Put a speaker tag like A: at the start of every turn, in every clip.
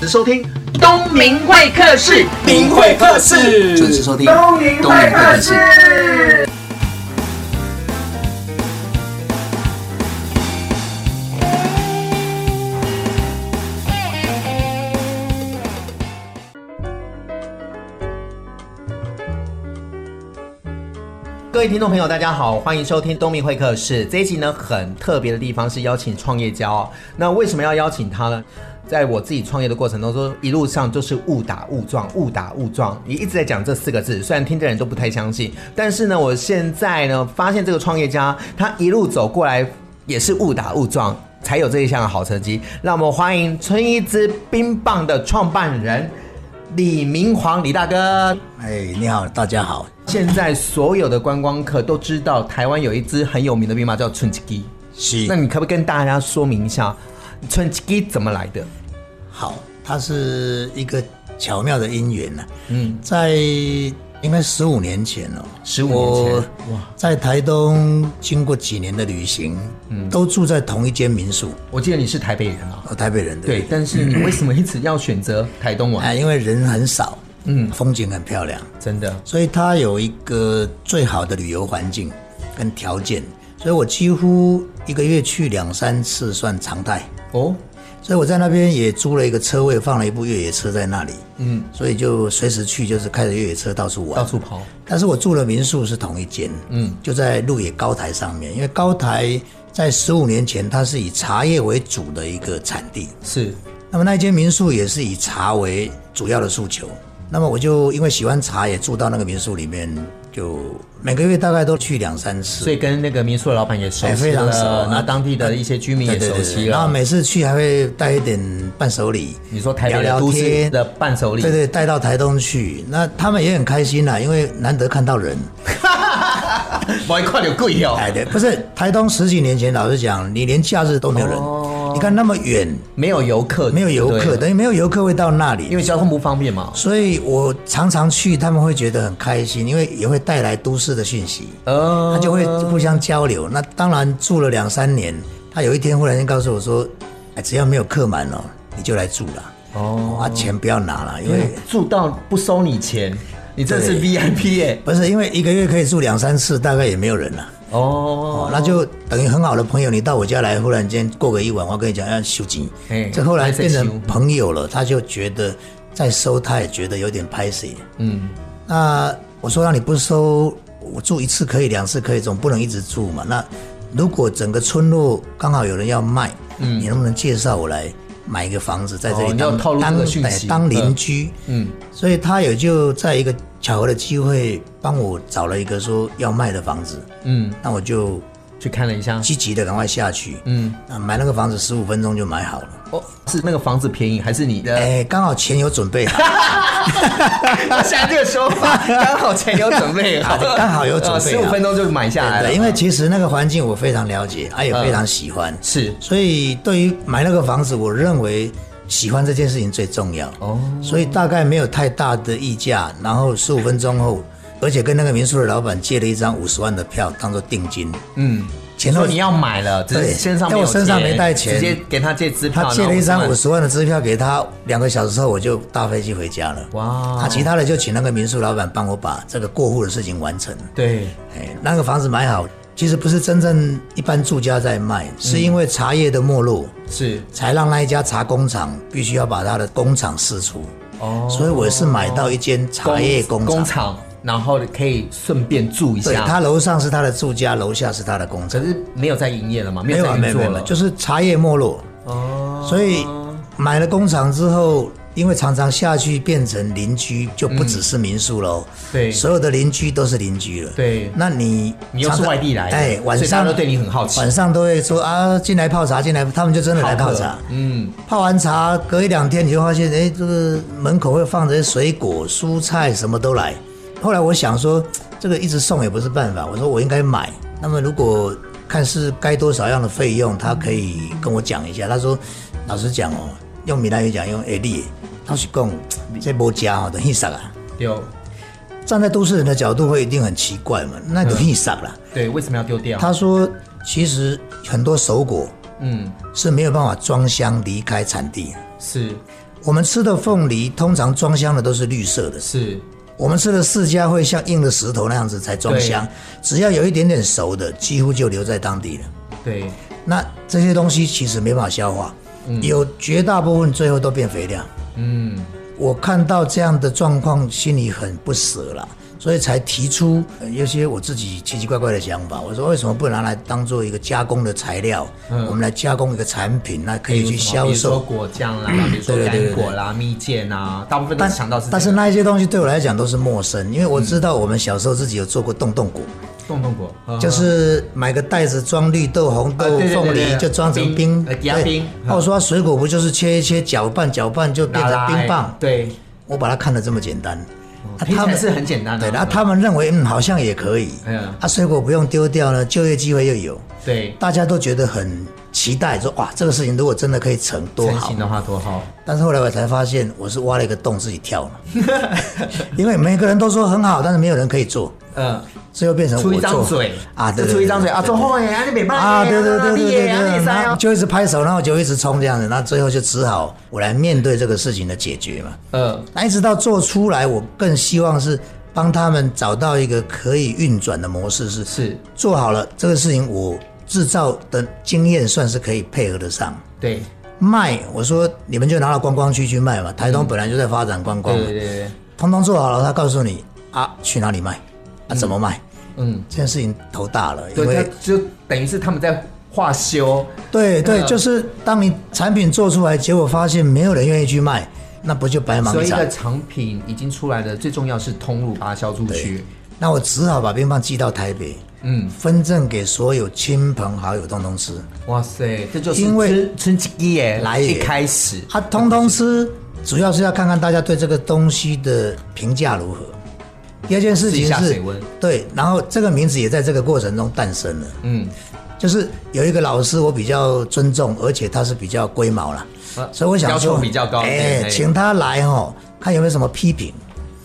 A: 时收听东明会客室，
B: 明会客室
C: 准时收听
A: 东明会客室。
B: 各位听众朋友，大家好，欢迎收听东明会客室。这一集呢，很特别的地方是邀请创业家哦。那为什么要邀请他呢？在我自己创业的过程当中，一路上就是误打误撞，误打误撞，也一直在讲这四个字。虽然听的人都不太相信，但是呢，我现在呢，发现这个创业家他一路走过来也是误打误撞，才有这一项的好成绩。让我们欢迎春一之冰棒的创办人李明煌李大哥。
C: 哎，你好，大家好，
B: 现在所有的观光客都知道，台湾有一支很有名的兵马叫春吉鸡。
C: 是
B: 那你可不可以跟大家说明一下，春吉鸡怎么来的？
C: 好，它是一个巧妙的因缘呐、嗯，在应该十五年前哦，
B: 15年前
C: 我在台东经过几年的旅行，都住在同一间民宿，
B: 我记得你是台北人啊，
C: 哦，台北人
B: 对，但是你为什么一直要选择台东
C: 啊，
B: 玩？
C: 因为人很少，嗯，风景很漂亮，
B: 真的，
C: 所以它有一个最好的旅游环境跟条件，所以我几乎一个月去两三次算常态。
B: 哦，
C: 所以我在那边也租了一个车位，放了一部越野车在那里。嗯，所以就随时去，就是开着越野车到处玩。
B: 到处跑，
C: 但是我住的民宿是同一间，嗯，就在鹿野高台上面。因为高台在十五年前，它是以茶叶为主的一个产地，
B: 是
C: 那么那间民宿也是以茶为主要的诉求。那么我就因为喜欢茶，也住到那个民宿里面，就每个月大概都去两三次。
B: 所以跟那个民宿的老板也熟
C: 哎
B: 悉
C: 非常
B: 了，
C: 熟
B: 那当地的一些居民也熟悉
C: 然后
B: 了。
C: 每次去还会带一点伴手礼。
B: 你说台北
C: 聊
B: 的
C: 聊
B: 都市
C: 天
B: 的伴手礼
C: 对，对，带到台东去，那他们也很开心啊啦，因为难得看到人。
B: 哦我一块就贵哦，
C: 哎，对，不是台东十几年前，老实讲，你连假日都没有人，你看那么远，
B: 没有游客，
C: 没有游
B: 哦对
C: 客，，等于没有游客会到那里，
B: 因为交通不方便嘛。
C: 所以我常常去，他们会觉得很开心，因为也会带来都市的讯息，
B: 呃，
C: 他就会互相交流。那当然住了两三年，他有一天忽然间告诉我说：“哎，只要没有客满哦，你就来住了。”哦，啊，钱不要拿了，因为
B: 住到不收你钱，你这是 VIP 耶、
C: 不是因为一个月可以住两三次，大概也没有人了。
B: 哦
C: 哦，，那就等于很好的朋友，你到我家来，忽然间过个一晚，我跟你讲要修金
B: 嘿，
C: 这后来变
B: 还在修
C: 成朋友了，他就觉得再收他也觉得有点拍谁。嗯，那我说让你不收，我住一次可以，两次可以，总不能一直住嘛。那如果整个村落刚好有人要卖，嗯，你能不能介绍我来买一个房子在这
B: 哦
C: 里
B: 你要
C: 当
B: 透露这
C: 当
B: 个讯
C: 哎
B: 息
C: 当
B: 嗯
C: 邻居？
B: 嗯，
C: 所以他也就在一个巧合的机会帮我找了一个说要卖的房子，
B: 嗯，
C: 那我就
B: 去看了一下，
C: 积极的赶快下去，
B: 嗯，
C: 那买那个房子十五分钟就买好 了，
B: 哦，是那个房子便宜还是你的？
C: 哎，刚好钱有准备好，
B: 现啊在这个说 法刚好钱有准备好，
C: 刚好有准备啊
B: 十五分钟就买下来了，
C: 对，因为其实那个环境我非常了解，
B: 嗯
C: 啊也非常喜欢，
B: 是
C: 所以对于买那个房子，我认为喜欢这件事情最重要，
B: 哦，
C: 所以大概没有太大的溢价，然后十五分钟后，而且跟那个民宿的老板借了一张五十万的票当做定金，
B: 嗯。
C: 前后
B: 说你要买了，只是
C: 对
B: 身上没
C: 但
B: 有
C: 我身上没带钱
B: 直接给他借支票，
C: 他借了一张
B: 然后
C: 五
B: 50
C: 十万的支票给他，两个小时后我就搭飞机回家了。
B: 哇
C: 啊，其他的就请那个民宿老板帮我把这个过户的事情完成。
B: 万，对，
C: 哎，那个房子买好，其实不是真正一般住家在
B: 嗯
C: 卖，是因为茶叶的没落，
B: 是
C: 才让那一家茶工厂必须要把它的工厂释出。
B: 哦
C: 所以我是买到一间茶叶工厂。
B: 工厂，然后可以顺便住一
C: 对，
B: 下。
C: 他楼上是他的住家，楼下是他的工厂
B: 可。是没有在营业了嘛，没有
C: 有
B: 在
C: 啊，没
B: 运
C: 有没
B: 作
C: 有没
B: 了，
C: 有，就是茶叶没落。
B: 哦，
C: 所以买了工厂之后，因为常常下去变成邻居，就不只是民宿喽、
B: 嗯对
C: 所有的邻居都是邻居了。
B: 对
C: 那你
B: 你又是
C: 常常
B: 外地来的，
C: 哎，晚
B: 所以大
C: 上
B: 家都对你很好奇。
C: 晚上都会说啊，进来泡茶，进来，他们就真的来泡茶
B: 好。喝嗯，
C: 泡完茶，隔一两天你就发现，哎，这个门口会放着水果、蔬菜，什么都来。后来我想说，这个一直送也不是办法，我说我应该买。那么如果看是该多少样的费用，他可以跟我讲一下。他说，老实讲哦，用闽南语讲，用诶力，他是讲这波家哦，等意思啊。
B: 丢，
C: 站在都市人的角度，会一定很奇怪嘛，那个意思啦。
B: 对，为什么要丢掉？
C: 他说，其实很多熟果
B: 嗯，
C: 是没有办法装箱离开产地的。
B: 是
C: 我们吃的凤梨通常装箱的都是绿色的，
B: 是
C: 我们吃的释迦会像硬的石头那样子才装箱，只要有一点点熟的，几乎就留在当地了。
B: 对，
C: 那这些东西其实没办法消化，有绝大部分最后都变肥料。
B: 嗯，
C: 我看到这样的状况，心里很不舍啦，所以才提出呃有些我自己奇奇怪怪的想法。我说为什么不拿来当做一个加工的材料，
B: 嗯
C: 我们来加工一个产品，那
B: 哎
C: 可以去销
B: 比如说
C: 售。
B: 果酱啦， 比如说
C: 对对对
B: 干果啦、蜜饯啊，大部分都
C: 但
B: 想到是这个，
C: 但是那一些东西对我来讲都是陌生，因为我知道我们小时候自己有做过冻冻果，
B: 冻冻果呵呵
C: 就是买个袋子装绿豆、红
B: 啊
C: 豆
B: 对对、对
C: 凤
B: 对
C: 梨，
B: 对
C: 就装成冰。
B: 冰呃压冰嗯
C: 那我说水果不就是切一切、搅拌、搅拌就变
B: 拿
C: 成
B: 来
C: 冰棒？
B: 对，
C: 我把它看得这么简单。啊
B: 听起来是很简单的，
C: 对，然后他们认为嗯好像也可以，
B: 哎呀
C: 啊水果不用丢掉呢，就业机会又有，
B: 对
C: 大家都觉得很期待，说哇这个事情如果真的可以成多
B: 成
C: 好
B: 型。的话多好，
C: 但是后来我才发现我是挖了一个洞自己跳了， 因为每个人都说很好，但是没有人可以做，
B: 嗯，
C: 最后变成我
B: 出
C: 做
B: 一张嘴
C: 啊，对
B: 就
C: 对
B: 出一张
C: 对
B: 嘴啊，
C: 对
B: 做后眼啊，你没办法
C: 啊，对对对对对对，然后
B: 对，
C: 就一直拍手，然后就一直冲这样子，那最后就只好我来面对这个事情的解决嘛。
B: 呃，
C: 那一直到做出来，我更希望是帮他们找到一个可以运转的模式是，是
B: 是
C: 做好了这个事情，我制造的经验算是可以配合得上。
B: 对，
C: 卖，我说你们就拿到观光区去卖嘛，台东本来就在发展观光
B: 对
C: 嘛，
B: 嗯对对对，
C: 通通做好了，他告诉你啊去哪里卖，啊怎么卖，
B: 嗯，
C: 这件事情头大了，因
B: 对，
C: 为
B: 他就等于是他们在化修，
C: 对对，
B: 嗯
C: 就是当你产品做出来，结果发现没有人愿意去卖，那不就白
B: 所
C: 忙
B: 以
C: 一
B: 一
C: 场
B: 个？产品已经出来的，最重要是通路把它销出去，
C: 那我只好把冰棒寄到台北，
B: 嗯，
C: 分赠给所有亲朋好友，通通吃。
B: 哇塞，这就是
C: 因为
B: 春春季耶
C: 来
B: 一
C: 耶
B: 开始，
C: 啊，通通吃，主要是要看看大家对这个东西的评价如何。第二件事
B: 试一
C: 情
B: 下
C: 是
B: 水温，
C: 对，然后这个名字也在这个过程中诞生了。
B: 嗯，
C: 就是有一个老师，我比较尊重，而且他是比较龟毛啦，
B: 啊
C: 所以我想
B: 要求
C: 说
B: 比较高一点
C: 哎、
B: 哎
C: 请他来哦，看有没有什么批评。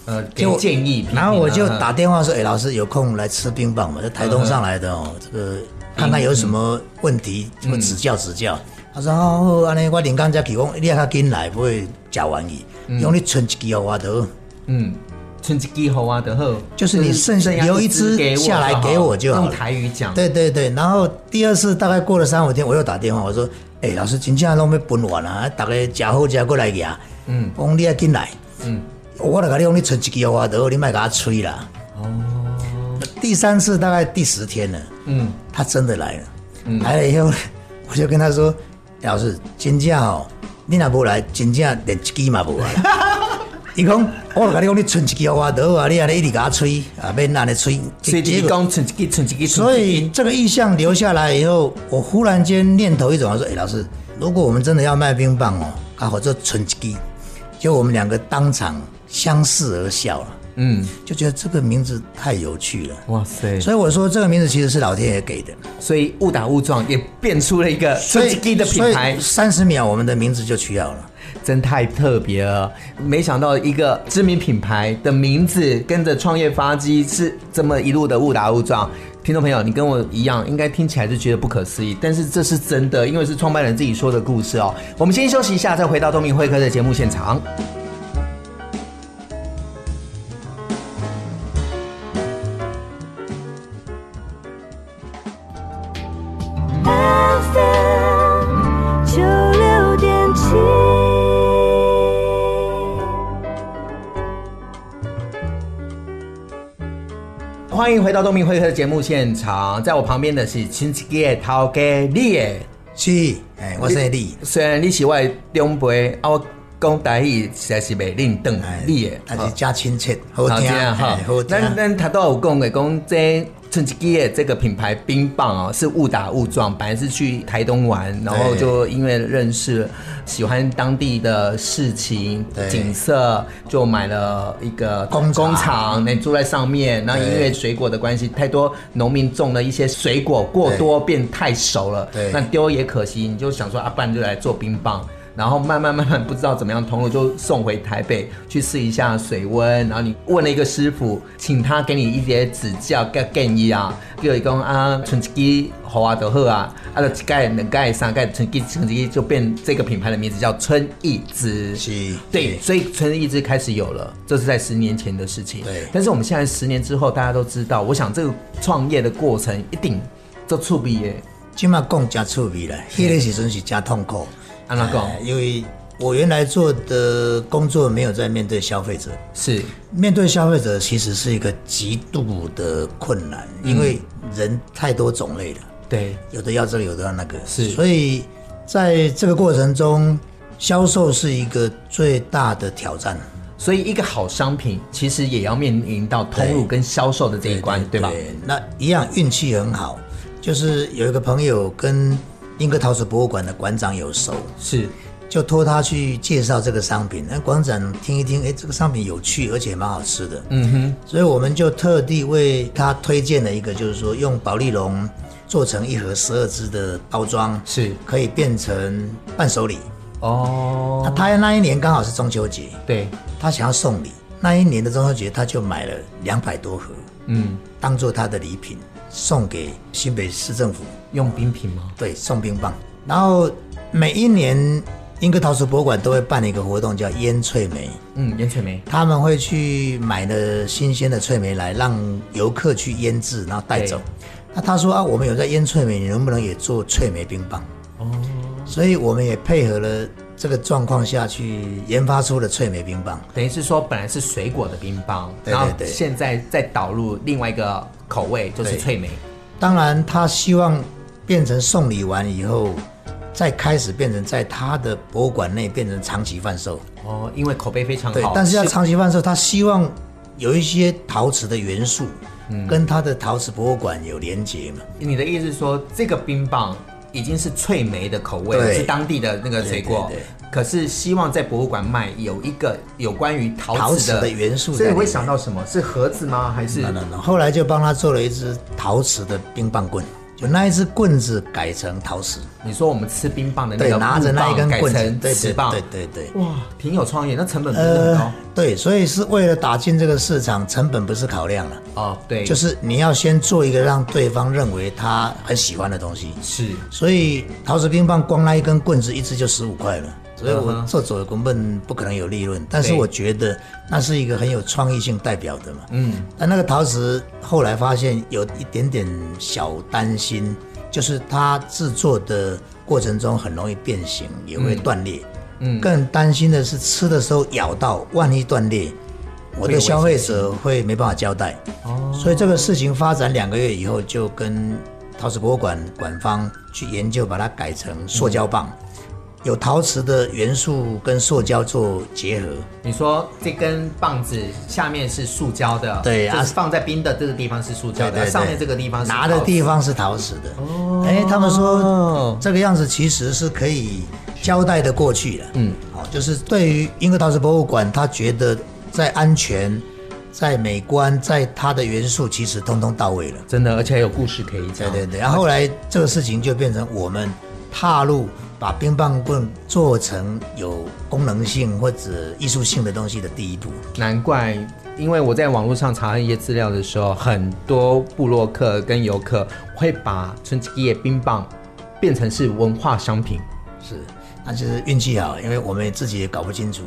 B: 呃，给
C: 结果
B: 建议，
C: 然后我就
B: 嗯
C: 打电话说：“哎、老师有空来吃冰棒嘛？这台东上来的哦，这个看看有什么问题，我指教指教。
B: 嗯
C: 他说：“哦，安尼我临刚才提供，你也较紧来，不会假玩意，用你存一支给我得，
B: 嗯，春季季猴啊，等后
C: 就是你剩
B: 剩下
C: 留一只
B: 给我
C: 下来给我就好
B: 用
C: 了。
B: 台语讲，
C: 对对对，然后第二次大概过了三五天，我又打电话，我说：“哎、老师，真正拢要分完啊，大家食好食过来呀。”嗯，我讲你也紧来。嗯，我来甲你讲，你存一支给我得，你莫甲我催啦。哦。第三次大概第十天了，
B: 嗯，
C: 他真的来了。来了以后， 我就跟他说：“老师，真正哦，你若无来，真正连一支嘛无啊。” 伊讲，我就甲你讲，你存一支给我得啊，你安尼一直甲我催啊，免安尼催。
B: 所以
C: 结
B: 你
C: 果
B: 讲春季春季，
C: 所以这个意向留下来以后，我忽然间念头一转，我说：“哎、老师，如果我们真的要卖冰棒哦，啊，我这存机，就我们两个当场相视而笑了，
B: 嗯，
C: 就觉得这个名字太有趣了。
B: 哇塞，
C: 所以我说，这个名字其实是老天爷给的。
B: 所以误打误撞也变出了一个
C: 所
B: 春
C: 以
B: 季的品牌，
C: 三十秒我们的名字就取好了。
B: 真太特别了。没想到一个知名品牌的名字跟着创业发机是这么一路的误打误撞。听众朋友，你跟我一样，应该听起来就觉得不可思议，但是这是真的，因为是创办人自己说的故事哦。我们先休息一下，再回到东明会客的节目现场。
C: 嗯
D: FM 九六点七。
B: 欢迎回到东明会客的节目现场，在我旁边的是亲戚的陶给烈。
C: 是，哎、我是你，
B: 虽然你是我的长辈，啊，我讲台语实在是袂认得
C: 哎，
B: 你的。
C: 但是加亲切，好听，哎
B: 啊哈
C: 好。听。
B: 咱咱他都有讲的，讲这春季的这个品牌冰棒哦，是误打误撞，本来是去台东玩，然后
C: 对
B: 就因为认识喜欢当地的事情
C: 对
B: 景色，就买了一个
C: 工厂
B: 工厂，那住在上面，然后因
C: 对
B: 为水果的关系，太多农民种了一些水果过多变太熟了，
C: 对
B: 那丢也可惜，你就想说啊，不然就来做冰棒。然后慢慢慢慢不知道怎么样通路，就送回台北去试一下水温，然后你问了一个师傅，请他给你一些指教跟建议啊，比如讲啊，存一支好啊就好啊，啊就一盖两盖三盖，存一支存一支就变这个品牌的名字叫春一枝，
C: 是
B: 对，
C: 是
B: 所以春一枝开始有了，这是在十年前的事情，
C: 对
B: 但是我们现在十年之后，大家都知道，我想这个创业的过程一定做触笔耶，
C: 即马讲真趣味啦，迄个时阵是真痛苦。
B: 安怎讲
C: 呃因为我原来做的工作没有在面对消费者，
B: 是
C: 面对消费者其实是一个极度的困难，
B: 嗯
C: 因为人太多种类了，
B: 对，
C: 有的要这个，有的要那个，
B: 是
C: 所以在这个过程中，销售是一个最大的挑战。
B: 所以一个好商品其实也要面临到通路
C: 对
B: 跟销售的这一关，对吧？
C: 那一样运气很好，就是有一个朋友跟英歌陶瓷博物馆的馆长有熟，
B: 是
C: 就托他去介绍这个商品。那馆长听一听，哎，这个商品有趣，而且蛮好吃的。嗯哼，所以我们就特地为他推荐了一个，就是说用保利龙做成一盒十二支的包装，
B: 是
C: 可以变成伴手礼。
B: 哦，
C: 那他那一年刚好是中秋节，
B: 对，
C: 他想要送礼，那一年的中秋节他就买了两百多盒，
B: 嗯，
C: 当做他的礼品送给新北市政府。
B: 用冰品吗？
C: 对，送冰棒。然后每一年英歌陶瓷博物馆都会办一个活动，叫腌翠梅，
B: 嗯，盐水梅
C: 他们会去买了新鲜的翠梅来，让游客去腌制，然后带走
B: 对。
C: 那他说啊，我们有在腌翠梅，你能不能也做翠梅冰棒？哦，所以我们也配合了这个状况下去研发出了翠梅冰棒。
B: 等于是说本来是水果的冰棒，
C: 对对
B: 然后
C: 对
B: 现在再导入另外一个口味，就是
C: 对
B: 脆梅。
C: 当然，他希望变成送礼完以后，再开始变成在他的博物馆内变成长期贩售。
B: 哦，因为口碑非常
C: 对
B: 好，，
C: 但是要长期贩售，他希望有一些陶瓷的元素，
B: 嗯
C: 跟他的陶瓷博物馆有连结嘛。
B: 你的意思是说，这个冰棒已经是脆梅的口味，
C: 对
B: 是当地的那个水果。
C: 对对
B: 可是希望在博物馆卖有一个有关于陶
C: 陶
B: 瓷
C: 瓷
B: 的
C: 的元素在
B: 所以你会
C: 里面
B: 想到什么？是盒子吗？还是
C: 那那那，后来就帮他做了一只陶瓷的冰棒棍，就那一只棍子改成陶瓷，
B: 你说我们吃冰棒的那
C: 对，
B: 个
C: 拿着那一根
B: 木
C: 棍
B: 棒
C: 子
B: 改，成
C: 对
B: 瓷
C: 对
B: 棒？
C: 对呃对对。
B: 哇，挺有创意，那成本不是很高。，
C: 对，所以是为了打进这个市场，成本不是考量了，
B: 哦，对，
C: 就是你要先做一个让对方认为他很喜欢的东西。
B: 是
C: 所以陶瓷冰棒光那一根棍子一支就十五块了，所以
B: 嗯
C: 我
B: 哼
C: 做走的根本不可能有利润，但是
B: 对
C: 我觉得那是一个很有创意性代表的嘛。嗯，但那个陶瓷后来发现有一点点小担心，就是它制作的过程中很容易变形，也会断裂。嗯，更担心的是吃的时候咬到，万一断裂，
B: 会有
C: 我对
B: 危
C: 消费
B: 险
C: 者会没办法交代。
B: 哦
C: 所以这个事情发展两个月以后，就跟陶瓷博物馆馆方去研究，把它改成塑胶棒，
B: 嗯
C: 有陶瓷的元素跟塑胶做结合。
B: 你说这根棒子下面是塑胶的，
C: 对
B: 就
C: 啊
B: 是放在冰的这个地方是塑胶的，啊上面这个地方是
C: 拿的地方是陶瓷的。哦，哎，他们说这个样子其实是可以交代的过去的。嗯，哦，就是对于英国陶瓷博物馆，他觉得在安全、在美观、在它的元素，其实通通到位了。
B: 真的，而且还有故事可以讲。
C: 对对对，然后后来这个事情就变成我们踏入把冰棒棍做成有功能性或者艺术性的东西的第一步。
B: 难怪，因为我在网络上查一些资料的时候，很多部落客跟游客会把春之叶冰棒变成是文化商品，
C: 是，那就是运气好，因为我们自己也搞不 清楚。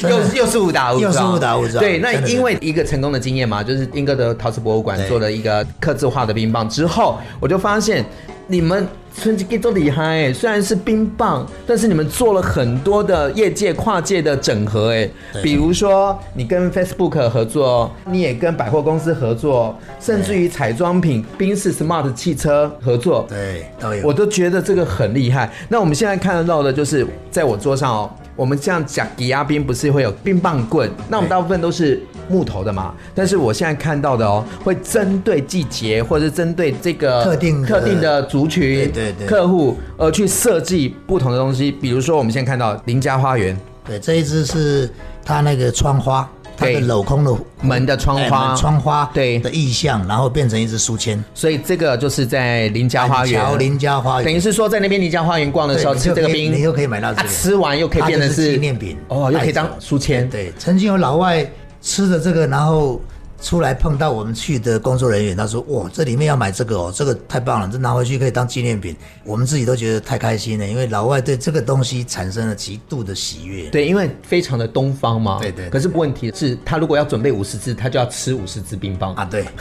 C: 真
B: 又
C: 的
B: 是又是误打误撞，
C: 又是误打误撞
B: 对，那
C: 真的是
B: 因为一个成功的经验嘛，就是英歌的陶瓷博物馆
C: 对
B: 做了一个刻字化的冰棒之后，我就发现你们春季都厉害哎，虽然是冰棒，但是你们做了很多的业界跨界的整合哎，
C: 对
B: 比如说你跟 Facebook 合作，你也跟百货公司合作，甚至于彩妆品、宾士 Smart 汽车合作，
C: 对，都有。
B: 我都觉得这个很厉害。那我们现在看得到的就是，在我桌上哦，我们这样讲抵押冰不是会有冰棒棍？那我们大部分都是木头的嘛，但是我现在看到的哦，会针对季节或者是针对这个
C: 特定的
B: 特定的族群、
C: 对对对
B: 客户而去设计不同的东西。比如说，我们现在看到邻家花园，
C: 对，这一只是它那个窗花，它的
B: 对
C: 镂空的
B: 门的窗
C: 哎
B: 花
C: 门窗花
B: 对
C: 的意象，然后变成一支书签。
B: 所以这个就是在林家花园，
C: 桥哎林家花园
B: 等于是说在那边林家花园逛的时候
C: 对
B: 吃这个
C: 你就可以
B: 冰，
C: 你就可以买到这个
B: 啊吃完又可以变成
C: 它就是纪念品
B: 哦，又可以当书签，
C: 对，曾经有老外吃的这个，然后出来碰到我们去的工作人员，他说：“哇，这里面要买这个哦，这个太棒了，这拿回去可以当纪念品。”我们自己都觉得太开心了，因为老外对这个东西产生了极度的喜悦。
B: 对，因为非常的东方嘛，
C: 对对对
B: 可是问题是，他如果要准备五十支，他就要吃五十支冰棒
C: 啊，对，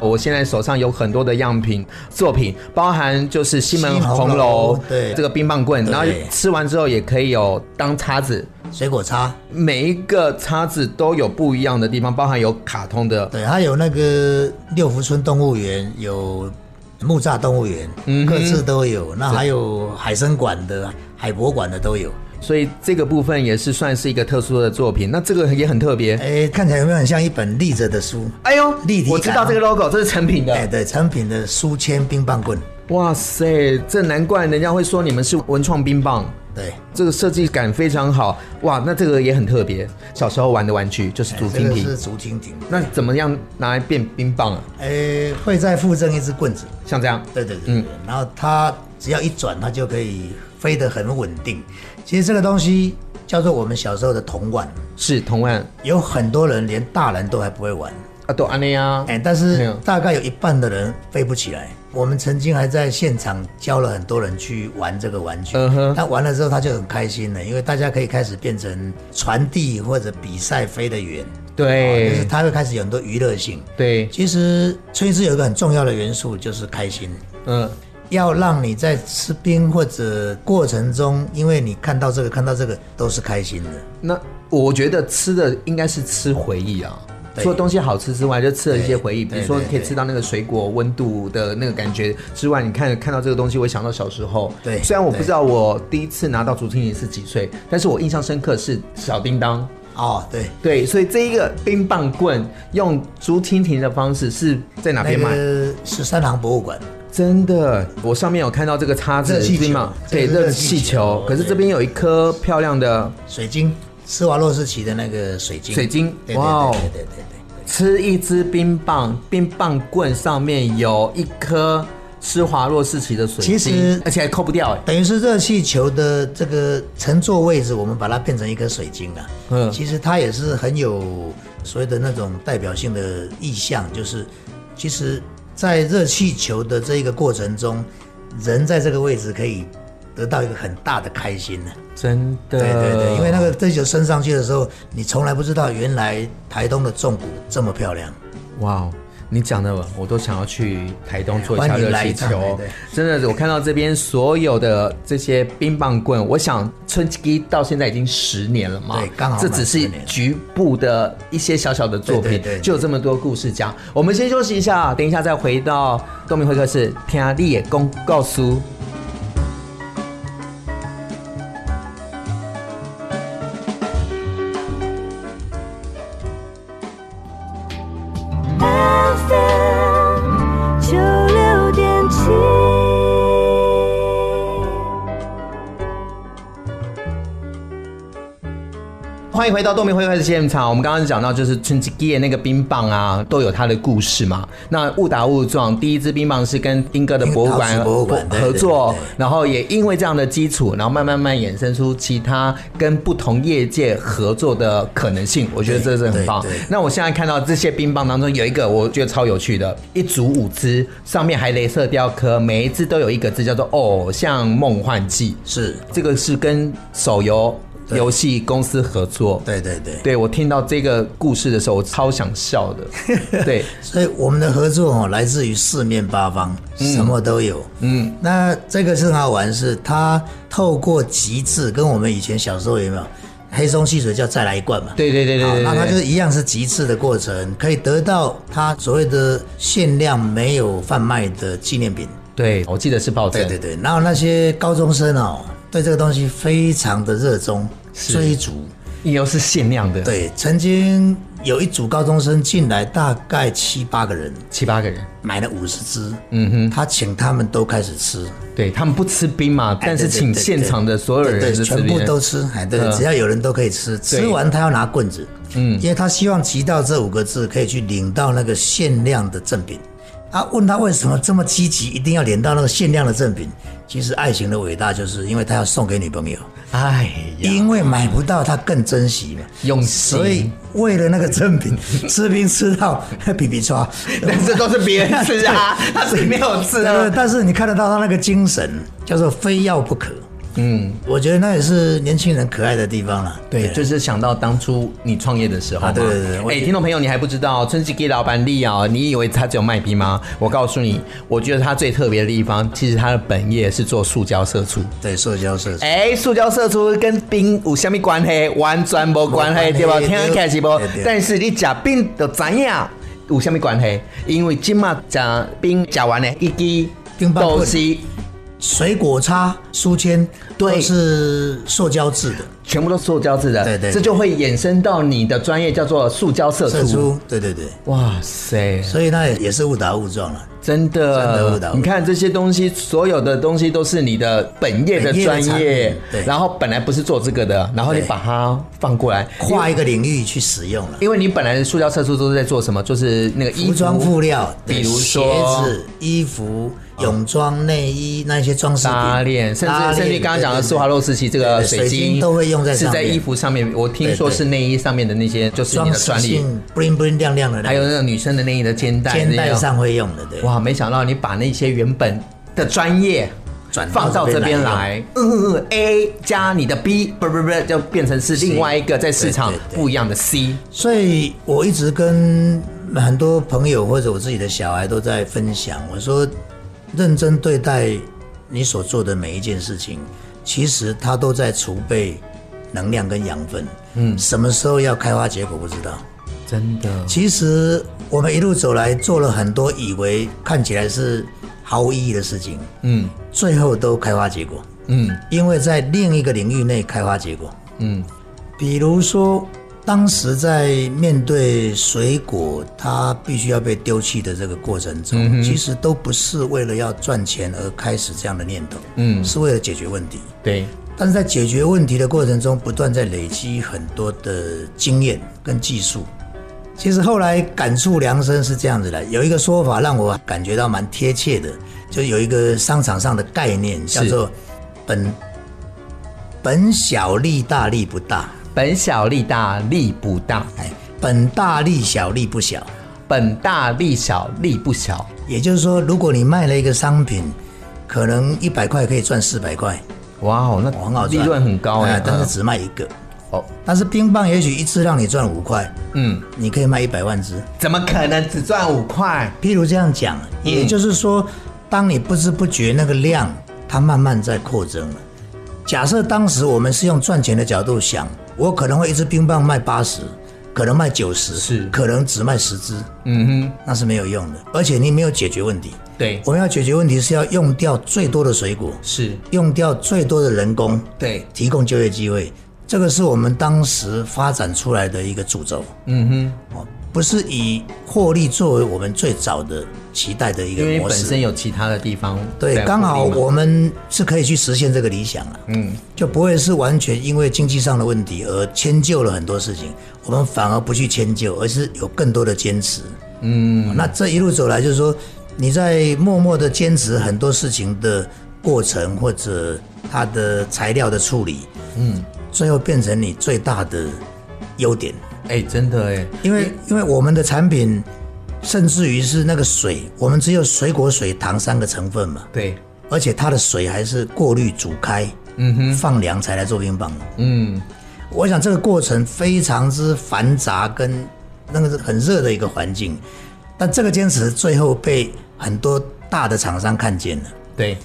B: 我现在手上有很多的样品作品，包含就是西门红
C: 西门红
B: 楼
C: 楼，对
B: 这个冰棒棍，
C: 对
B: 然后吃完之后也可以有当叉子，
C: 水果叉，
B: 每一个叉子都有不一样的地方，包含有卡通的，
C: 对，还有那个六福村动物园有。木栅动物园，各自都有，那还有海参馆的、海博馆的都有。
B: 所以这个部分也是算是一个特殊的作品。那这个也很特别，
C: 哎，看起来有没有很像一本立着的书？
B: 哎呦，
C: 立体感
B: 我知道这个 logo，这是成品
C: 哎，
B: 的。
C: 对，成品的书签冰棒棍，
B: 哇塞，这难怪人家会说你们是文创冰棒。
C: 对，
B: 这个设计感非常好，哇，那这个也很特别。小时候玩的玩具就是竹
C: 这
B: 蜻
C: 个
B: 蜓，
C: 是竹蜻蜓，
B: 那怎么样拿来变冰棒啊？
C: 哎，会再附赠一支棍子，
B: 像这样，
C: 对对对，对
B: 嗯
C: 然后它只要一转，它就可以飞得很稳定。其实这个东西叫做我们小时候的铜碗，
B: 是同案
C: 有很多人连大人都还不会玩，
B: 啊，都安内啊，
C: 哎，但
B: 没
C: 是
B: 有
C: 大概有一半的人飞不起来。我们曾经还在现场教了很多人去玩这个玩具
B: 嗯哼，
C: 那玩了之后他就很开心了，因为大家可以开始变成传递或者比赛飞得远。哦就是
B: 对
C: 它会开始有很多娱乐性。
B: 对，
C: 其实春枝有一个很重要的元素就是开心，
B: 嗯，
C: 要让你在吃冰或者过程中，因为你看到这个看到这个都是开心的。
B: 那我觉得吃的应该是吃回忆啊。
C: 对
B: 除了东西好吃之外，就吃了一些回忆，比
C: 对
B: 如说
C: 对对
B: 可以吃到那个水果温度的那个感觉之外，你看看到这个东西，我会想到小时候。
C: 对
B: 虽然我不
C: 对
B: 知道我第一次拿到竹蜻蜓是几岁，但是我印象深刻是小叮当。
C: 哦，对，
B: 对，所以这一个冰棒棍用竹蜻蜓的方式是在哪
C: 那
B: 边买？
C: 个十三行博物馆，
B: 真的，我上面有看到这个叉子
C: 热气球
B: 是吗？
C: 这
B: 对，
C: 个
B: 热
C: 热气
B: 气球
C: 球。
B: 可是这边有一颗漂亮的，
C: 水晶，施华洛世奇的那个水晶。
B: 水晶
C: 对对
B: 哇哦
C: 对对对对对
B: 吃一支冰棒，冰棒棍上面有一颗施华洛世奇的水晶，
C: 其实
B: 而且还扣不掉哎。
C: 等于是热气球的这个乘坐位置，我们把它变成一颗水晶了。
B: 嗯
C: 其实它也是很有所谓的那种代表性的意象，就是其实，在热气球的这一个过程中，人在这个位置可以得到一个很大的开心呢。
B: 真的，
C: 对对对，因为那个热气球升上去的时候，你从来不知道原来台东的纵谷这么漂亮。
B: 哇哦，你讲的我都想要去台东做一下
C: 欢迎
B: 热
C: 来
B: 气
C: 一趟
B: 球
C: 对对。
B: 真的，我看到这边所有的这些冰棒棍，我想春季到现在已经十年了嘛，
C: 对刚好
B: 这
C: 满
B: 只
C: 十
B: 是
C: 年
B: 局部的一些小小的作品
C: 对对对，对
B: 就有这么多故事讲。我们先休息一下，等一下再回到东明会客室，听立野公告诉。
D: FM 九六点七。
B: 欢迎回到东明会客室现场。我们刚刚讲到，就是春吉的那个冰棒啊，都有它的故事嘛。那误打误撞，第一支冰棒是跟丁哥的博物馆
C: 陶瓷博物馆对
B: 合作
C: 对对，
B: 然后也因为这样的基础，然后慢慢慢衍生出其他跟不同业界合作的可能性。我觉得这是很棒
C: 对对对。
B: 那我现在看到这些冰棒当中有一个，我觉得超有趣的，一组五只，上面还镭射雕刻，每一只都有一个字叫做“偶像梦幻季”。
C: 是，
B: 这个是跟手游
C: 对
B: 游戏公司合作。
C: 对对对。
B: 对我听到这个故事的时候，我超想笑 的。对，
C: 所以我们的合作哦，来自于四面八方，什么都有。嗯，那这个是很好玩，是它透过极致，跟我们以前小时候有没有黑松汽水叫再来一罐嘛？
B: 对对对对
C: 好
B: 对
C: 那它
B: 对
C: 就是一样是极致的过程，可以得到它所谓的限量没有贩卖的纪念品。
B: 对，我记得是抱枕。
C: 对对对，然后那些高中生哦，对这个东西非常的热衷，追逐。
B: 你又是限量的。
C: 对，曾经有一组高中生进来，大概七八个人，
B: 七八个人，
C: 买了五十只，嗯哼，他请他们都开始吃，
B: 对他们不吃冰嘛，
C: 哎
B: 但是
C: 对对
B: 请
C: 对
B: 现
C: 对
B: 场的所有
C: 对对
B: 人是吃
C: 全
B: 冰
C: 部
B: 的
C: 都吃，哎，对，
B: 嗯
C: 只要有人都可以吃，吃完他要拿棍子，嗯，因为他希望集到这五个字可以去领到那个限量的赠品。啊，问他为什么这么积极，一定要领到那个限量的赠品？其实爱情的伟大，就是因为他要送给女朋友，
B: 哎呀，
C: 因为买不到，他更珍惜嘛。
B: 用
C: 所以
B: 心，
C: 为了那个赠品， 吃冰吃到 皮皮抓，
B: 但是都是别人吃 啊，他自己没有吃
C: 呃，
B: 啊。
C: 但是你看得到他那个精神，叫做非要不可。嗯，我觉得那也是年轻人可爱的地方了。
B: 对，就是想到当初你创业的时候嘛。
C: 啊对对对我
B: 哎、听众朋友，你还不知道春熙给老板利啊，你以为他只有卖冰吗？我告诉你，我觉得他最特别的地方，其实他的本业是做塑胶射出。
C: 对社交社交，
B: 哎、塑胶射出跟冰有什么关系？完全无关系，对
C: 没
B: 吧？
C: 关系
B: 听得开是不
C: 对对？
B: 但是你食冰就知影有什么关系，因为今嘛食冰食完的一支
C: 冰棒棍
B: 都是
C: 水果叉、书签
B: 对
C: 都是塑胶制的，
B: 全部都塑胶制的，
C: 对对对
B: 这就会衍生到你的专业叫做塑胶射
C: 射
B: 出。
C: 出，对对对，
B: 哇塞，
C: 所以那也是误打误撞了。
B: 真
C: 真的
B: 的
C: 误打误，撞
B: 你看这些东西，所有的东西都是你的本业的
C: 本业的
B: 专
C: 产
B: 业
C: 品，对
B: 然后本来不是做这个的，然后你
C: 对
B: 把它放过来，
C: 跨一个领域去使用了，
B: 因为你本来的塑胶射出都是在做什么？就是那个衣
C: 服装
B: 服
C: 布料，对
B: 比如
C: 鞋
B: 说
C: 子、衣服、泳装、内衣那些装饰品
B: 拉链，甚
C: 拉
B: 至
C: 链
B: 甚至刚刚讲的
C: 对对对
B: 施华洛世奇这
C: 对
B: 个
C: 对
B: 水
C: 水
B: 晶
C: 晶都会用在
B: 是
C: 上
B: 在
C: 面
B: 衣服上面。我听说
C: 对对
B: 是内衣上面的那些，就是你
C: 装
B: 的
C: 饰
B: 专利，
C: 性 bling bling 亮亮的那个，
B: 还有那个女生的内衣的肩带，
C: 肩带
B: 这种。
C: 上会用的，对。
B: 哇，没想到你把那些原本的专业。
C: 转
B: 放到
C: 到
B: 这
C: 这
B: 边
C: 边
B: 来，嗯嗯嗯，A 加你的 B，不不不，就变成是另外一个在市场
C: 对对对
B: 不一样的 C。
C: 所以我一直跟很多朋友或者我自己的小孩都在分享，我说认真对待你所做的每一件事情，其实它都在储备能量跟养分。嗯，什么时候要开花结果不知道。
B: 真的，
C: 其实我们一路走来做了很多以为看起来是毫无意义的事情，
B: 嗯
C: 最后都开花结果。
B: 嗯
C: 因为在另一个领域内开花结果。
B: 嗯，
C: 比如说，当时在面对水果它必须要被丢弃的这个过程中，
B: 嗯
C: 其实都不是为了要赚钱而开始这样的念头，
B: 嗯
C: 是为了解决问题。
B: 对，
C: 但是在解决问题的过程中，不断在累积很多的经验跟技术。其实后来感触良深是这样子的，有一个说法让我感觉到蛮贴切的，就有一个商场上的概念叫做本“本小利大利不大，
B: 本小利大，利不大；
C: 哎，本大利小利不小”。
B: 本大利小，利不小。
C: 也就是说，如果你卖了一个商品，可能一百块可以赚四百块，
B: 哇哦，那
C: 很好
B: 利
C: 赚，
B: 润很高哎、
C: 啊但是
B: 嗯
C: 只卖一个。
B: 哦，
C: 但是冰棒也许一次让你赚五块，
B: 嗯，
C: 你可以卖一百万只。
B: 怎么可能只赚五块？
C: 譬如这样讲，也就是说，当你不知不觉那个量，它慢慢在扩增了。假设当时我们是用赚钱的角度想，我可能会一支冰棒卖八十，可能卖九十，
B: 是
C: 可能只卖十支，
B: 嗯
C: 那是没有用的。而且你没有解决问题。
B: 哼，对，
C: 我们要解决问题是要用掉最多的水果，
B: 是，
C: 用掉最多的人工，
B: 对，
C: 提供就业机会。这个是我们当时发展出来的一个主轴。
B: 嗯哼，
C: 哦，不是以获利作为我们最早的期待的一个
B: 因为
C: 模
B: 本身
C: 式。
B: 有其他的地方在
C: 对，
B: 获
C: 刚好
B: 利嘛
C: 我们是可以去实现这个理想了、嗯，就不会是完全因为经济上的问题而迁就了很多事情，我们反而不去迁就，而是有更多的坚持。嗯，那这一路走来，就是说你在默默的坚持很多事情的过程，或者它的材料的处理，嗯，最后变成你最大的优点。
B: 哎、真的哎、
C: 因为因为我们的产品，甚至于是那个水，我们只有水果、水、糖三个成分嘛，
B: 对，
C: 而且它的水还是过滤、煮开，嗯哼，放凉才来做冰棒。
B: 嗯，
C: 我想这个过程非常之繁杂，跟那个是很热的一个环境，但这个坚持最后被很多大的厂商看见了
B: 对，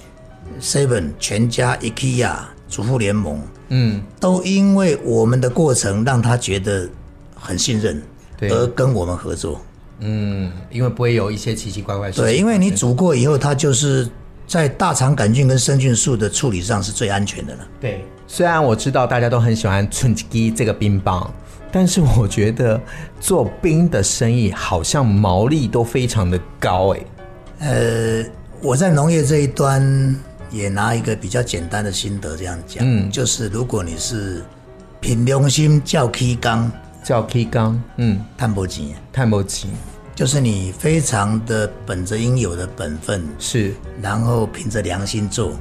C: ，Seven、全家、IKEA、主妇联盟，
B: 嗯，
C: 都因为我们的过程让他觉得很信任，
B: 对
C: 而跟我们合作。
B: 嗯，因为不会有一些奇奇怪怪的事情。
C: 对，因为你煮过以后，它就是在大肠杆菌跟生菌素的处理上是最安全的了。
B: 对，虽然我知道大家都很喜欢春鸡这个冰棒，但是我觉得做冰的生意好像毛利都非常的高哎、
C: 呃，我在农业这一端也拿一个比较简单的心得这样讲，
B: 嗯
C: 就是如果你是凭良心叫 K 刚
B: 叫 K 缸，嗯，
C: 探波钱，
B: 探摩机
C: 就是你非常的本着应有的本分，
B: 是
C: 然后凭着良心做，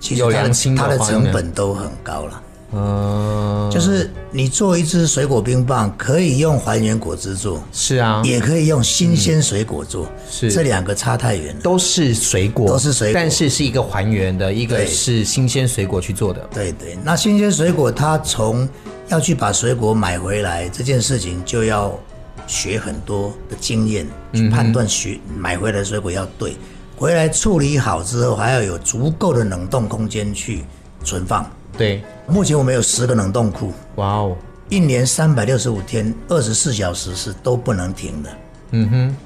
C: 其实
B: 有
C: 它
B: 良心
C: 的
B: 的
C: 它的
B: 话
C: 成
B: 呢
C: 本都很高了。
B: 嗯，
C: 就是你做一支水果冰棒，可以用还原果汁做，
B: 是啊，
C: 也可以用新鲜水果做，
B: 嗯是
C: 这两个差太远了。
B: 都是水果，
C: 都是水果
B: 但是是一个还原的，一个
C: 对
B: 是新鲜水果去做的，
C: 对对，那新鲜水果它从要去把水果买回来这件事情，就要学很多的经验去判断学买回来的水果要对，回来处理好之后，还要有足够的冷冻空间去存放。
B: 对，
C: 目前我们有十个冷冻库，
B: 哇哦，
C: 一年三百六十五天，二十四小时是都不能停的。
B: 嗯哼，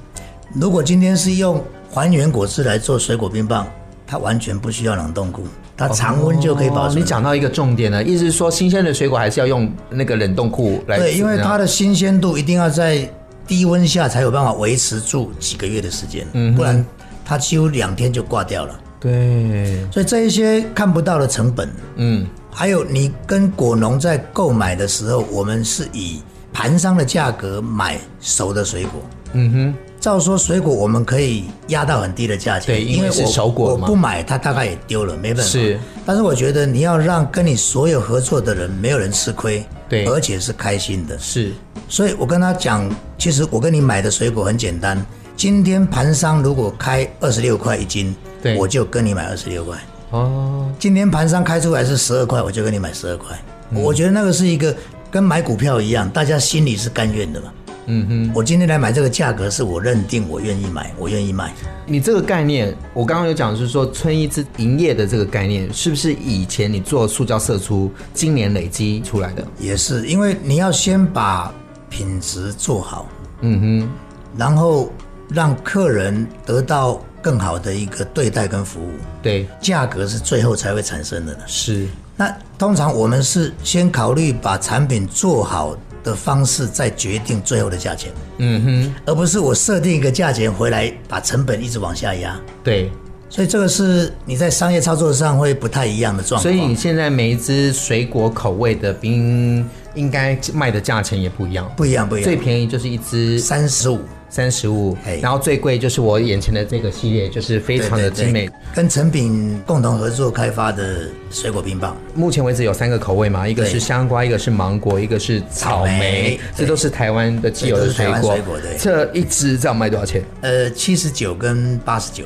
C: 如果今天是用还原果汁来做水果冰棒，它完全不需要冷冻库，它常温就可以保
B: 哦
C: 存。
B: 你讲到一个重点了，意思是说新鲜的水果还是要用那个冷冻库来，
C: 对，因为它的新鲜度一定要在低温下才有办法维持住几个月的时间，
B: 嗯
C: 不然它几乎两天就挂掉了。
B: 对，
C: 所以这一些看不到的成本，
B: 嗯，
C: 还有你跟果农在购买的时候，我们是以盘商的价格买熟的水果。
B: 嗯哼，
C: 照说水果我们可以压到很低的价钱，
B: 对因为
C: 为
B: 是
C: 我
B: 熟果
C: 我
B: 嘛
C: 不买它大概也丢了，没办法。
B: 是，
C: 但是我觉得你要让跟你所有合作的人没有人吃亏，
B: 对
C: 而且是开心的。
B: 是
C: 所以我跟他讲，其实我跟你买的水果很简单，今天盘商如果开二十六块一斤，
B: 对
C: 我就跟你买二十六块。
B: 哦，
C: 今天盘商开出来是十二块，我就跟你买十二块。
B: 嗯
C: 我觉得那个是一个跟买股票一样，大家心里是甘愿的嘛。
B: 嗯哼。
C: 我今天来买这个价格，是我认定我愿意买，我愿意卖。
B: 你这个概念，我刚刚有讲，就是说村一之营业的这个概念，是不是以前你做塑胶射出，今年累积出来的？
C: 也是因为你要先把品质做好，
B: 嗯
C: 然后让客人得到更好的一个对待跟服务，
B: 哼，对，
C: 价格是最后才会产生的呢。
B: 是，
C: 那通常我们是先考虑把产品做好的方式，再决定最后的价钱，
B: 嗯
C: 而不是我设定一个价钱回来，把成本一直往下压。
B: 哼，对。
C: 所以这个是你在商业操作上会不太一样的状
B: 所
C: 况。
B: 以你现在每一支水果口味的冰，应该卖的价钱也不一样。
C: 不一样，不一
B: 最
C: 样。
B: 便宜就是一支
C: 三十五，
B: 三十五
C: 嘿，
B: 然后最贵就是我眼前的这个系列，就是非常的精美。
C: 跟成品共同合作开发的水果冰棒，
B: 目前为止有三个口味嘛，一个
C: 对
B: 是香瓜，一个是芒果，一个是草
C: 草
B: 莓
C: 莓，
B: 这
C: 对
B: 都是台湾的既有的
C: 对都是
B: 水
C: 台湾
B: 果
C: 水果对。
B: 这一支这样卖多少钱？
C: 呃，七十九跟八十九，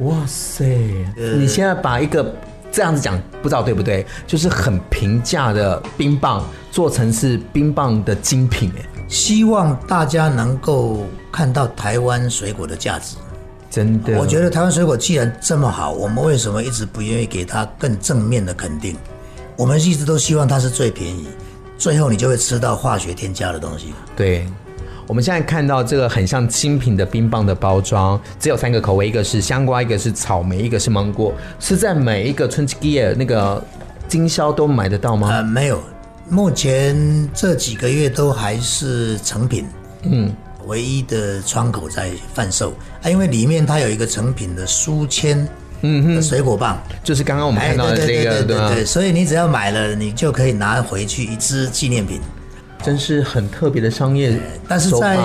B: 哇塞！你现在把一个这样子讲，不知道对不对，就是很平价的冰棒做成是冰棒的精品，哎，
C: 希望大家能够看到台湾水果的价值。
B: 真的。
C: 我觉得台湾水果既然这么好，我们为什么一直不愿意给它更正面的肯定？我们一直都希望它是最便宜，最后你就会吃到化学添加的东西。
B: 对，我们现在看到这个很像精品的冰棒的包装，只有三个口味，一个是香瓜，一个是草莓，一个是芒果，是在每一个春季夜那个经销都买得到吗？
C: 呃，没有，目前这几个月都还是成品，嗯，唯一的窗口在贩售啊，因为里面它有一个成品的书签，嗯哼，水果棒，哎
B: 就是刚刚我们看到的这
C: 对对
B: 个，啊
C: 对对
B: 吧
C: 对，？所以你只要买了，你就可以拿回去一支纪念品。
B: 真是很特别的商业手法，
C: 但是在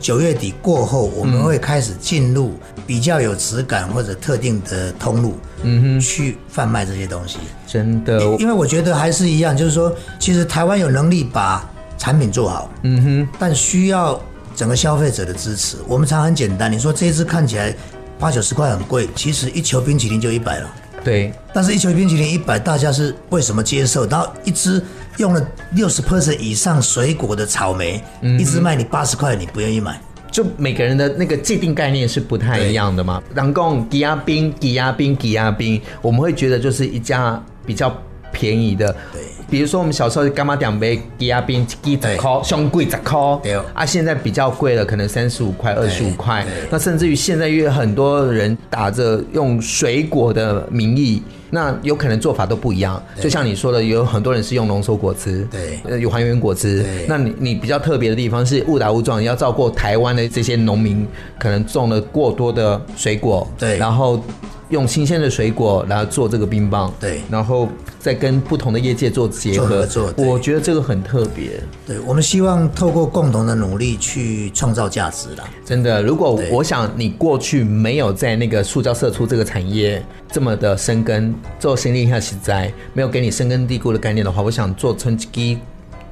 C: 九月底过后，我们会开始进入比较有质感或者特定的通路，嗯哼，去贩卖这些东西。
B: 真的，
C: 因为我觉得还是一样，就是说，其实台湾有能力把产品做好，嗯哼，但需要整个消费者的支持。我们常很简单，你说这一支看起来八九十块很贵，其实一球冰淇淋就一百了。
B: 对
C: 但是，一球冰淇淋一百，大家是为什么接受？然后一支用了六十 percent 以上水果的草莓，
B: 嗯
C: 一支卖你八十块，你不愿意买？
B: 就每个人的那个既定概念是不太一样的嘛。然后抵押冰、抵押冰、抵押冰，我们会觉得就是一家比较便宜的。
C: 对
B: 比如说我们小时候干妈点杯鸡鸭冰，鸡十块，胸贵十块，
C: 对
B: 啊，现在比较贵了，可能三十五块、二十五块
C: 对，
B: 那甚至于现在因为很多人打着用水果的名义。那有可能做法都不一样，就像你说的，有很多人是用浓缩果汁，
C: 对
B: 呃，有还原果汁
C: 对。
B: 那你你比较特别的地方是误打误撞，你要照顾台湾的这些农民，可能种了过多的水果，
C: 对
B: 然后用新鲜的水果，然后做这个冰棒，
C: 对
B: 然后再跟不同的业界做结
C: 做
B: 合，
C: 合作对
B: 我觉得这个很特别，
C: 对，我们希望透过共同的努力去创造价值啦。
B: 真的。如果
C: 对
B: 我想你过去没有在那个塑胶射出这个产业这么的深耕，做心力下实在没有给你深根蒂固的概念的话，我想做春季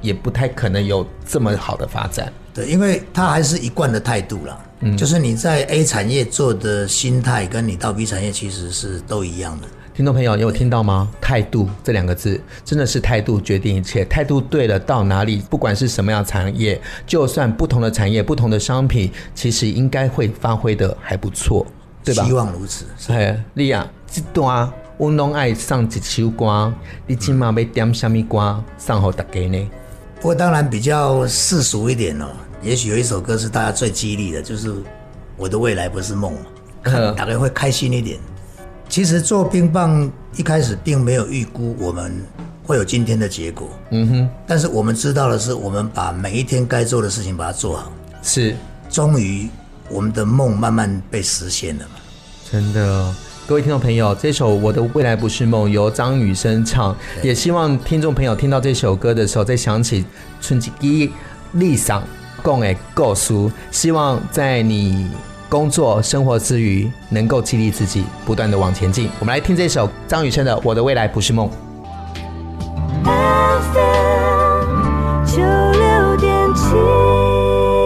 B: 也不太可能有这么好的发展。
C: 对，因为它还是一贯的态度啦，
B: 嗯
C: 就是你在 A 产业做的心态，跟你到 B 产业其实是都一样的。
B: 听众朋友，你有听到吗？态度这两个字，真的是态度决定一切。态度对了，到哪里，不管是什么样的产业，就算不同的产业、不同的商品，其实应该会发挥的还不错，对吧
C: 希？望如此。
B: 哎，丽亚，这段啊我拢爱上一首歌，你今嘛要点什么歌上好大家呢？
C: 不过当然比较世俗一点哦，也许有一首歌是大家最激励的，就是“我的未来不是梦”嘛，
B: 嗯
C: 大概会开心一点。其实做冰棒一开始并没有预估我们会有今天的结果，嗯哼。但是我们知道的是，我们把每一天该做的事情把它做好，
B: 是
C: 终于我们的梦慢慢被实现了嘛。
B: 真的。各位听众朋友，这首《我的未来不是梦》由张雨生唱，也希望听众朋友听到这首歌的时候，再想起春季一丽赏共诶构书，希望在你工作生活之余，能够激励自己，不断的往前进。我们来听这首张雨生的《我的未来不是梦》。
D: FM 九六点七。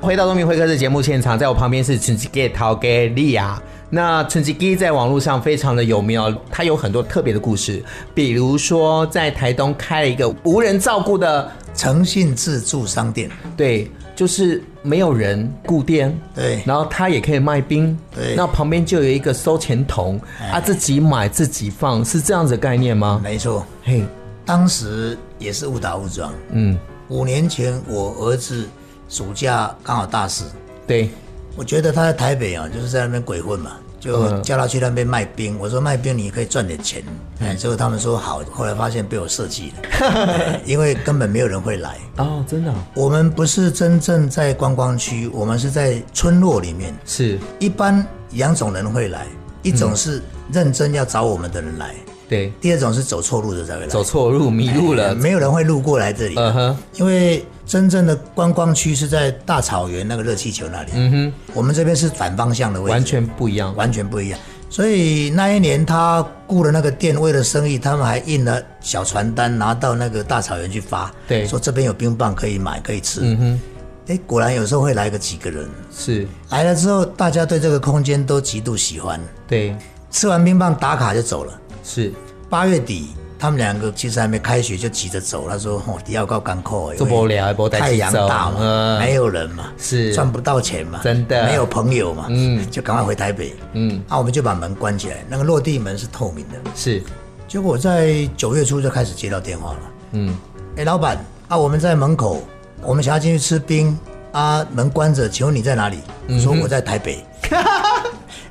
B: 回到东明会客室节目现场，在我旁边是春吉给陶给利亚。那春吉给在网络上非常的有名哦，他有很多特别的故事，比如说在台东开了一个无人照顾的，
C: 诚信自助商店，
B: 对，就是没有人顾店，
C: 对
B: 然后他也可以卖冰，
C: 对哎
B: 那旁边就有一个收钱筒，啊，自己买自己放，是这样子的概念吗？
C: 没错，
B: 嘿，
C: 当时也是误打误撞。
B: 嗯，
C: 五年前我儿子暑假刚好大四，
B: 对，
C: 我觉得他在台北啊，就是在那边鬼混嘛，就叫他去那边卖冰。我说卖冰你可以赚点钱，哎，结果他们说好，后来发现被我设计了，哎因为根本没有人会来。
B: 哦，真的哦、
C: 我们不是真正在观光区，我们是在村落里面。
B: 是，
C: 一般两种人会来，一种是认真要找我们的人来，
B: 对，
C: 第二种是走错路的才会来。
B: 走错路迷路了，
C: 没有人会路过来这里。
B: 嗯哼，
C: 因为真正的观光区是在大草原那个热气球那里，嗯哼，我们这边是反方向的位置，
B: 完全不一样，
C: 完全不一样。所以那一年他雇了那个店，为了生意，他们还印了小传单，拿到那个大草原去发，
B: 对
C: 说这边有冰棒可以买可以吃，嗯哼，哎，果然有时候会来个几个人，
B: 是，
C: 来了之后大家对这个空间都极度喜欢，
B: 对，
C: 吃完冰棒打卡就走了。
B: 是。
C: 八月底，他们两个其实还没开学就急着走。他说：“哦，你要搞干扣，
B: 做无聊无代志
C: 太阳
B: 做
C: 大嘛，
B: 嗯
C: 没有人嘛，
B: 是
C: 赚不到钱嘛，
B: 真的
C: 没有朋友嘛，嗯，就赶快回台北，嗯，啊，我们就把门关起来，那个落地门是透明的。
B: 是，
C: 结果我在九月初就开始接到电话了，
B: 嗯，
C: 哎，老板啊，我们在门口，我们想要进去吃冰啊，门关着，请问你在哪里？
B: 嗯
C: 我说我在 台北。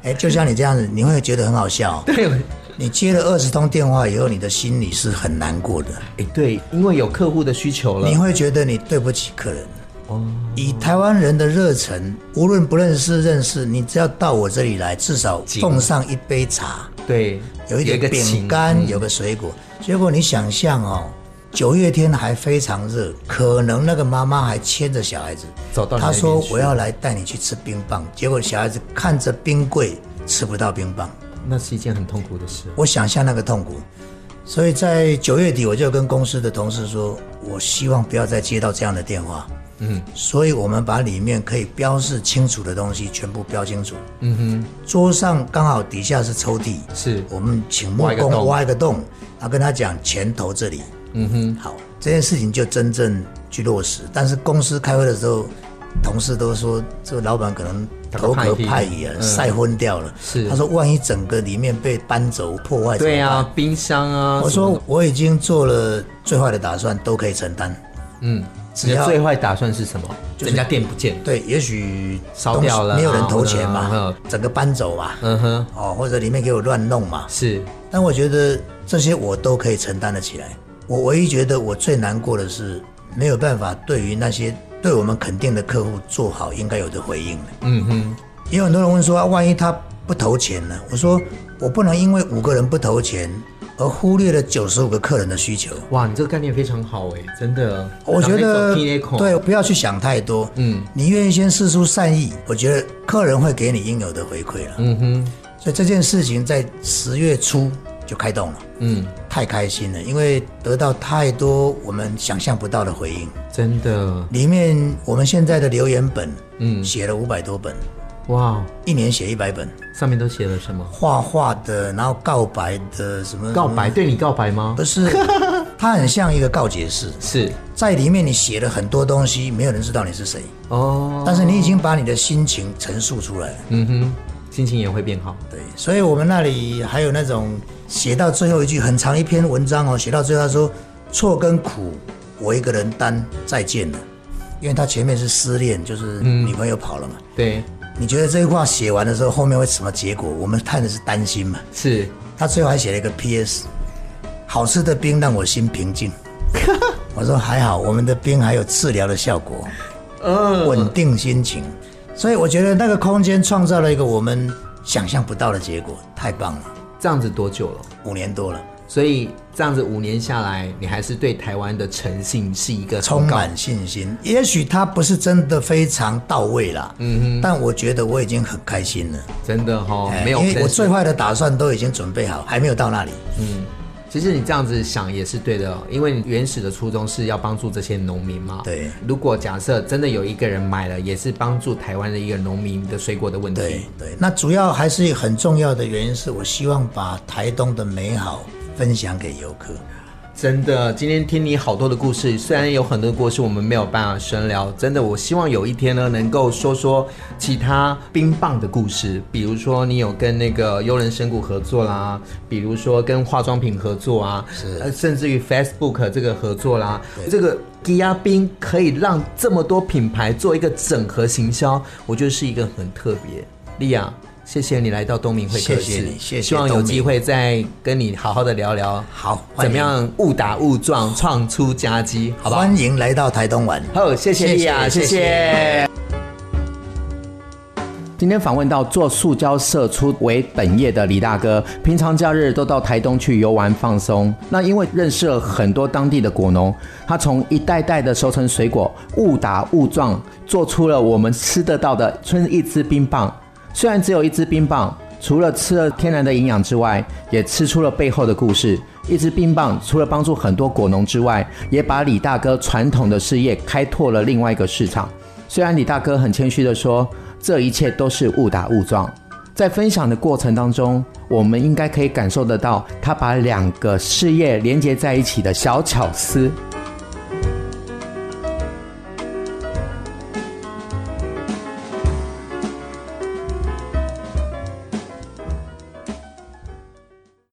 C: 哎，就像你这样子，你会觉得很好笑哦、
B: 对，
C: 你接了二十通电话以后，你的心里是很难过的，
B: 哎，对，因为有客户的需求了
C: 你，会觉得你对不起客人。
B: 哦，
C: 以台湾人的热忱，无论不认识认识，你只要到我这里来，至少
B: 敬
C: 奉上一杯茶，
B: 对，
C: 有一点
B: 个
C: 饼
B: 情嗯
C: 干，有个水果。结果你想象哦，九月天还非常热，可能那个妈妈还牵着小孩子，
B: 走到你
C: 她
B: 那
C: 说
B: 边去
C: 我要来带你去吃冰棒，结果小孩子看着冰柜吃不到冰棒。
B: 那是一件很痛苦的事，
C: 我想象那个痛苦，所以在九月底我就跟公司的同事说，我希望不要再接到这样的电话。嗯，所以我们把里面可以标示清楚的东西全部标清楚。嗯哼，桌上刚好底下是抽屉，
B: 是
C: 我们请木
B: 挖一个洞
C: 工挖一个洞，然后跟他讲前头这里。嗯哼，好，这件事情就真正去落实。但是公司开会的时候，同事都说这个老板可能头壳
B: 派
C: 派
B: 一
C: 一啊，
B: 嗯
C: 晒昏掉了。
B: 是
C: 他说万一整个里面被搬走破坏，
B: 对
C: 呀、
B: 啊，冰箱啊，
C: 我
B: 什么
C: 说
B: 的
C: 我已经做了最坏的打算，都可以承担。
B: 嗯，
C: 只
B: 你的
C: 要
B: 最坏打算是什么？
C: 就是
B: 人家店不见，
C: 对，也许
B: 烧
C: 东西
B: 掉了
C: 没有人投钱
B: 然后
C: 嘛
B: 呢，
C: 整个搬走嘛，
B: 嗯哼，
C: 哦，或者里面给我乱弄嘛。
B: 是
C: 但我觉得这些我都可以承担得起来。我唯一觉得我最难过的是没有办法对于那些对我们肯定的客户做好应该有的回应。
B: 嗯哼，
C: 也有很多人问说，啊万一他不投钱呢？我说我不能因为五个人不投钱而忽略了九十五个客人的需求。
B: 哇，你这个概念非常好哎，真的，
C: 我觉得对，
B: 对，
C: 不要去想太多。
B: 嗯
C: 你愿意先试出善意，我觉得客人会给你应有的回馈了。
B: 嗯哼，
C: 所以这件事情在十月初就开动了，
B: 嗯，
C: 太开心了，因为得到太多我们想象不到的回应。
B: 真的，
C: 里面我们现在的留言本，
B: 嗯
C: 嗯，写了五百多本，
B: 哇，
C: 一年写一百本，
B: 上面都写了什么？
C: 画画的，然后告白的什么
B: 告白，对你告白吗
C: 不？是， 它很像一个告解式，
B: 是
C: 在里面你写了很多东西，没有人知道你是谁，
B: 哦，
C: 但是你已经把你的心情陈述出来了。
B: 嗯哼，心情也会变好，
C: 对，所以我们那里还有那种写到最后一句很长一篇文章哦，写到最后他说错跟苦我一个人担，再见了，因为他前面是失恋，就是女朋友跑了嘛。
B: 对，
C: 你觉得这句话写完的时候，后面会什么结果？我们看的是担心嘛。
B: 是
C: 他最后还写了一个 P.S.，好吃的冰让我心 平静。我说还好，我们的冰还有治疗的效果，
B: 嗯
C: 稳定心情。所以我觉得那个空间创造了一个我们想象不到的结果，太棒了！
B: 这样子多久了？
C: 五年多了，
B: 所以这样子五年下来，你还是对台湾的诚信是一个
C: 充
B: 很高
C: 满信心。也许它不是真的非常到位啦，嗯但我觉得我已经很开心了。
B: 真的哈、
C: 哎
B: 没有
C: 因为我
B: 真是
C: 最坏的打算都已经准备好，还没有到那里。
B: 其实你这样子想也是对的，因为你原始的初衷是要帮助这些农民嘛。
C: 对
B: 如果假设真的有一个人买了，也是帮助台湾的一个农民的水果的问
C: 对
B: 题。
C: 对，那主要还是很重要的原因是我希望把台东的美好分享给游客。
B: 真的，今天听你好多的故事，虽然有很多故事我们没有办法深聊，真的，我希望有一天呢，能够说说其他冰棒的故事，比如说你有跟那个优人神谷合作啦，比如说跟化妆品合作啊，
C: 是
B: 呃甚至于 Facebook 这个合作啦，
C: 对
B: 这个低压冰可以让这么多品牌做一个整合行销，我觉得是一个很特别。莉亚，谢谢你来到东明会客室，
C: 谢谢你谢谢
B: 希望有
C: 东明
B: 机会再跟你好好的聊聊。
C: 好，欢
B: 怎
C: 迎
B: 么？样误打误撞创出佳绩，好不好？
C: 欢迎来到台东玩。
B: 好，谢谢
C: 谢谢
B: 莉亚，谢
C: 谢谢
B: 谢。今天访问到做塑胶射出为本业的李大哥，平常假日都到台东去游玩放松。那因为认识了很多当地的果农，他从一袋袋的熟成水果误打误撞做出了我们吃得到的春一支冰棒。虽然只有一支冰棒，除了吃了天然的营养之外，也吃出了背后的故事。一支冰棒除了帮助很多果农之外，也把李大哥传统的事业开拓了另外一个市场。虽然李大哥很谦虚地说，这一切都是误打误撞。在分享的过程当中，我们应该可以感受得到他把两个事业连接在一起的小巧思。